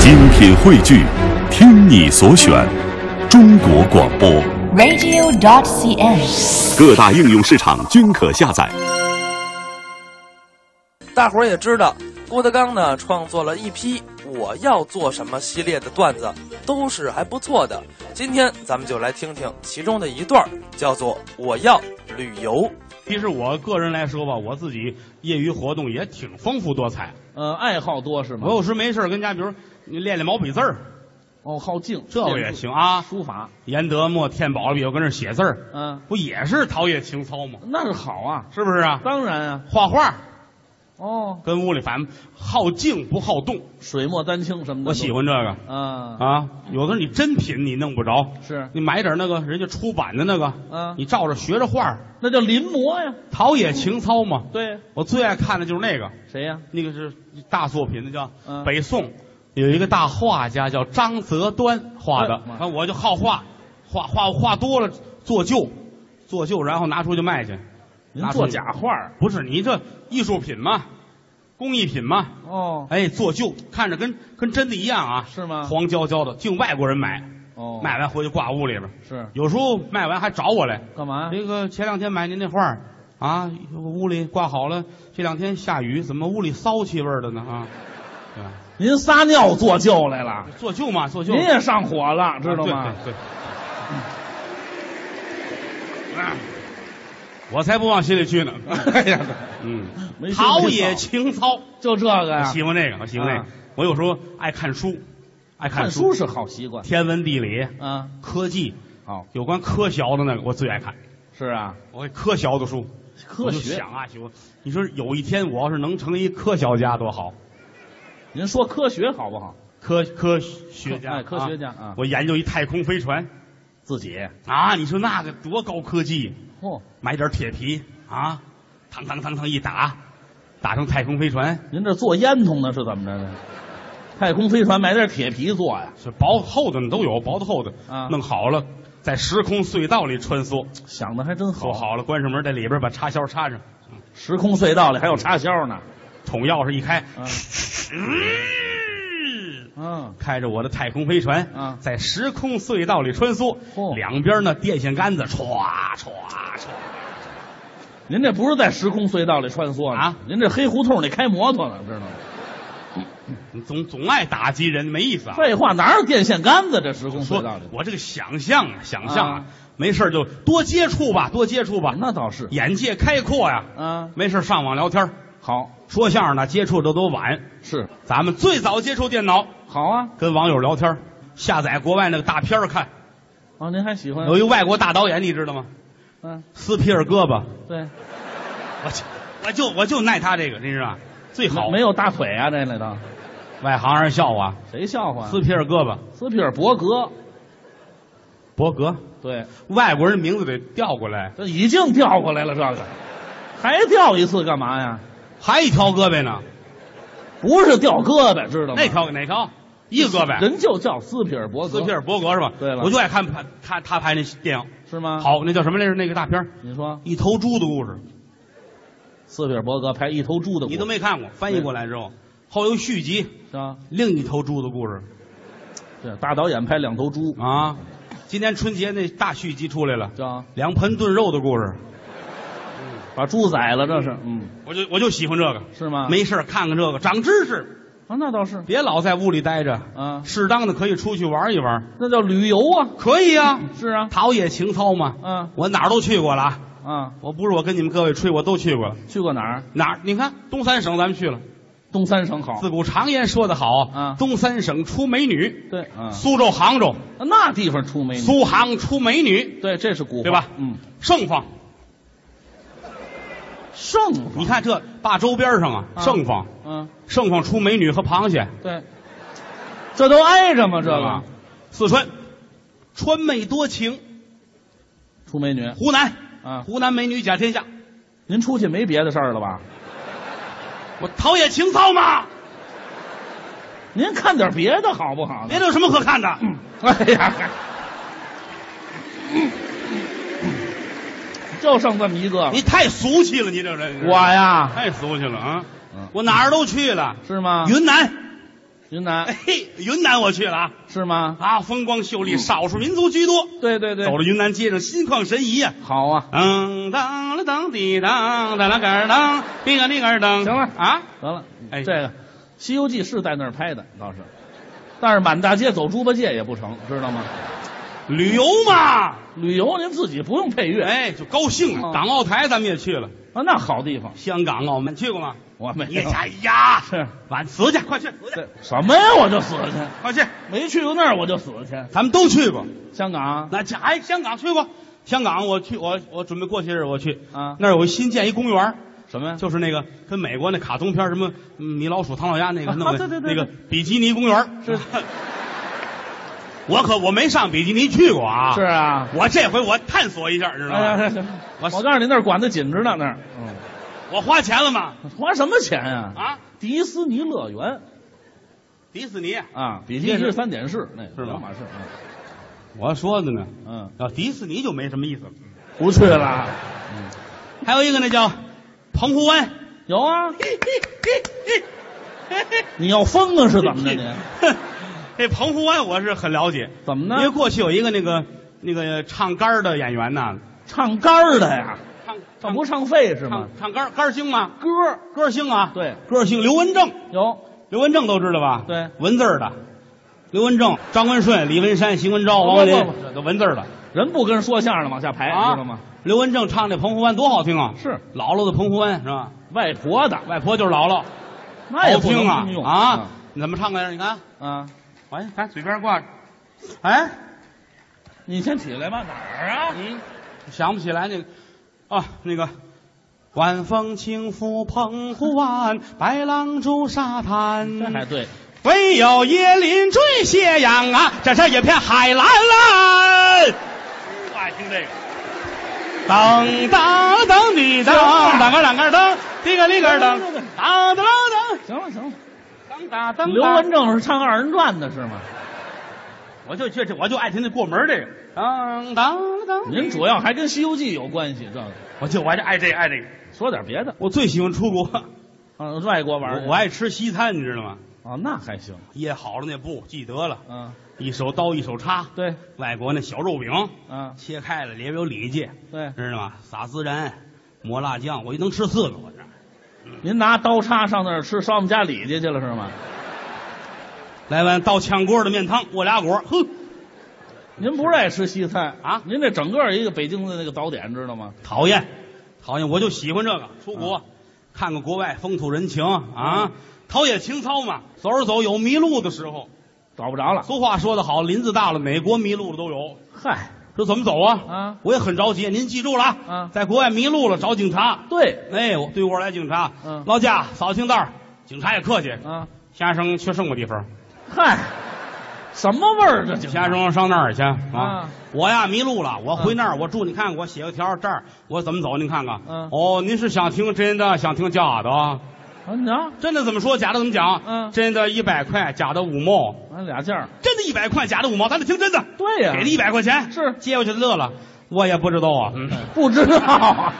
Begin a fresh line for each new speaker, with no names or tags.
精品汇聚，听你所选，中国广播。
radio.cn。
各大应用市场均可下载。
大伙儿也知道，郭德纲呢创作了一批“我要做什么”系列的段子，都是还不错的。今天咱们就来听听其中的一段儿，叫做“我要旅游
其实我个人来说吧，我自己业余活动也挺丰富多彩。
呃，爱好多是吗
我？有时没事儿跟家，比如你练练毛笔字儿，
哦，好静，
这个也行啊。
书法，
颜德墨、填饱了笔，我跟那儿写字儿，
嗯，
不也是陶冶情操吗？
那是好啊，
是不是啊？
当然啊，
画画
哦，
跟屋里反正好静不好动，
水墨丹青什么的，
我喜，欢这个
啊，
啊。有的你真品你弄不着，
是，
你买点那个人家出版的那个，
嗯
你照着学着画儿，
那叫临摹呀，
陶冶情操嘛。
对，
我最爱看的就是那个，
谁呀？
那个是大作品，那叫、
嗯
北宋有一个大画家叫张择端画的
哎。妈
啊，我就好画，画画画多了做旧，做旧然后拿出去卖去。
您
拿出
做
去
假画儿
不是你这艺术品嘛，工艺品嘛，
哦，
哎，做旧看着跟跟真的一样啊，
是吗
黄焦焦的，净外国人买，
哦，
买完回去挂屋里边，
是
有时候卖完还找我来。
干嘛？
那个前两天买您那画儿啊，屋里挂好了，这两天下雨，怎么屋里骚气味儿的呢？ 啊，对吧？
您撒尿做旧来了，
做旧嘛，做旧，
您也上火了，知道
啊
吗？
对对对啊我才不往心里去 呢。哎呀，嗯啊
没，事
陶
没事
冶情操，
就这个
我
呀，
喜欢这个，我喜欢这个
啊。
我有时候爱看书，爱
看
书
书，是好习惯
天文地理、
啊，
科技，
好，
有关科学的那个我最爱看。
是啊，
我爱科学的书，
科
我就
学
想，啊，我你说有一天我要是能成为一科学家多好，
您说科学好不好？
科科学家，
哎科学家
啊
啊，
我研究一太空飞船
自己，哦
啊，你说那个多高科技，
嚯，
买点铁皮啊，嘡嘡嘡嘡一打，打成太空飞船，
您这做烟囱呢是怎么着呢？太空飞船买点铁皮做呀，
是薄厚的都有，薄的厚的，
啊
弄好了，在时空隧道里穿梭，
想的还真好
做。好了，关上门，在里边把插销插上，
时空隧道里还有插销呢。
捅钥匙一开，
嗯
嗯
嗯，
开着我的太空飞船，
啊
在时空隧道里穿梭，
嚯
两边呢电线杆子歘歘歘，
您这不是在时空隧道里穿梭呢
啊
您这黑胡同里开摩托呢，知道吗？
你总总爱打击人，没意思啊！
废话，哪有电线杆子？这时空隧
说
道里，
我这个想象啊，想象啊
啊，
没事儿就多接触吧，多接触吧，
那倒是
眼界开阔呀、
啊，
没事儿上网聊天儿，
好
说相声呢接触的都晚，
是
咱们最早接触电脑，
好啊
跟网友聊天儿，下载国外那个大片儿看。
啊！您还喜欢
有一外国大导演，你知道吗？
嗯，
斯皮尔胳膊，
对，
我就我就我就耐他这个，真是啊，最好。
没有大腿啊，这里头
外行人笑话，
谁笑话？啊
斯皮尔胳膊，
斯皮尔伯格，
伯格，
对，
外国人名字得调过来，
这已经调过来了，这个还调一次干嘛呀？
还一条胳膊呢，
不是掉胳膊，知道吗？
那条哪条？一个胳膊，
人就叫斯皮尔伯格，
斯皮尔伯格是吧？
对了啊
我就爱看拍他他拍那电影，
是吗？，
好，那叫什么来着？那个大片儿
你说
一头猪的故事，
斯皮尔伯格拍一头猪的故事，
你都没看过，翻译过来之后，后有续集，
是吧？
另一头猪的故事
对，大导演拍两头猪，
啊。今年春节那大续集出来了，
叫
两盆炖肉的故事，
把猪宰了，这是，嗯，
我就我就喜欢这个，
是吗？
没事儿看看这个，长知识，
啊，那倒是，
别老在屋里待着，
啊，
适当的可以出去玩一玩，
那叫旅游啊，
可以啊，
是啊，
陶冶情操嘛。
嗯
我哪儿都去过了啊，
啊，
我不是我跟你们各位吹，我都去过了。
去过哪儿？
哪儿？你看东三省咱们去了，
东三省好，
自古常言说得好，
啊
东三省出美女，
对，啊，
苏州、杭州，
那地方出美女，
苏杭出美女，
对，这是古话
对吧
嗯，
盛放。
盛况，
你看这坝周边上啊，
啊
盛放，
嗯，
盛放出美女和螃蟹，
对，这都挨着吗？这
知道
个
吧四川，川妹多情，
出美女
湖南，
啊，
湖南美女甲天下，
您出去没别的事儿了吧？
我陶冶情操嘛，
您看点别的好不好呢？
别的有什么可看的？
哎呀，嗨就剩这么一个了，
你太俗气了，你这人
我呀，
太俗气了啊
嗯！啊
我哪儿都去了，
是吗？
云南、
云南
嘿，云南我去了啊，
是吗？
啊，风光秀丽，少数民族居多。
对嗯对对，
走了云南街上，心旷神怡呀、
好啊，
嗯，当了当滴当，当啦个儿当，滴个滴个儿当。
行了
啊，
得了，
哎
这个《西游记》是在那儿拍的，倒是，但是满大街走猪八戒也不成，知道吗？
旅游嘛，
旅游您自己不用配乐，
哎，就高兴了。
哦
港澳台咱们也去了，
啊，那好地方，
香港、澳门去过吗？
我没
也
有。
哎呀，
是
晚辞去，快去，
这什么呀？我就死去，
快去，
没去过那儿我就死去。
咱们都去过。
香港
那家哎，香港去过，香港我去，我我准备过些日我去
啊
那儿有一新建一公园儿，
什么呀？
就是那个跟美国那卡通片儿什么嗯米老鼠、唐老鸭那个
啊
弄的，
对对对
那个
对
比基尼公园儿
是。
我可我没上比基尼去过啊，
是啊，
我这回我探索一下，知道
哎呀
吗？
是是
我嗯
我告诉你，那儿管得紧着呢，那儿。
我花钱了吗？
嗯，花什么钱呀、啊？
啊，
迪斯尼乐园
迪士尼，
啊，比
那是
利时三点式那个
是吗
两码事。
我说的呢，
嗯，
啊，迪士尼就没什么意思了。
嗯不去了。
还有一个那叫澎湖湾，
有啊，你要疯 啊是怎么的你？
这澎湖湾我是很了解，
怎么
因为
呢？
过去有一个那个那个唱杆儿的演员呐，
唱杆儿的呀，
唱
这不唱肺是吗
唱？唱杆儿杆儿星嘛，
歌儿
歌星啊，
对，
歌星刘文正，
有
刘文正都知道吧？
对
文字儿的，刘文正、张文顺、李文山、邢文昭、王文
哦不不
林，
不
这都文字儿的
人不跟说相声的往下排，
啊
知道吗？？
刘文正唱那《澎湖湾》多好听啊！
是
姥姥的澎湖湾是吧？
外婆的，
外婆就是姥姥，
那也
好
不能
听啊
这么用
啊！你怎么唱来着？你看，
啊！
哎，咱嘴边挂着，哎，
你先起来吧，哪儿啊？
嗯，想不起来那个啊，那个。晚风轻拂澎湖湾，白浪逐沙滩。
这还哎对，
唯有椰林缀斜阳啊，这是一片海蓝蓝。嗯
我爱听这个。
噔噔噔滴噔，啷个啷个噔，滴个哩个噔，当当
行了行了，
当当当。
刘文，正是唱二人转的是吗？
我就这这，我就爱听那过门这个。当当当，
您主要还跟《西游记》有关系，这个
我就我就爱这爱这个。
说点别的
我最喜欢出国，
啊，外国玩儿去
我爱吃西餐，你知道吗？
啊，那还行，
掖好了那布，记得了，
嗯，
一手刀一手叉。
对，
外国那小肉饼
啊，
切开了，里边有里脊，
对，
知道吗？撒孜然，抹辣酱，我就能吃四个，我这。
您拿刀叉上那儿吃烧我们家里脊去了是吗？
来碗倒炝锅的面汤，我俩果，哼，
您不是爱吃西餐
啊
您这整个一个北京的那个早点知道吗？
讨厌，讨厌，我就喜欢这个。出国、看看国外风土人情啊
嗯，
陶冶情操嘛。走着走，有迷路的时候。
找不着了，
俗话说得好，林子大了，哪国迷路了都有。
嗨，
这怎么走啊？
啊，
我也很着急，您记住了啊。
啊
在国外迷路了找警察。
对，
哎，我对我来警察。
嗯
劳驾，扫清道儿警察也客气，
啊，
先生去什么地方？
嗨，什么味儿 这警察
先生上那儿去
啊！
我呀迷路了，我回那儿，我住，你看看我写个条儿，这儿我怎么走？您看看。
嗯
哦，您是想听真的，想听假的啊？
啊，你瞧，
真的怎么说？假的怎么讲？
嗯
真的一百块，假的五毛。
俺俩价儿，
真的一百块，假的五毛，咱得听真的。
对呀、
给了一百块钱，
是
接过去乐了，我也不知道啊。嗯
不知道啊，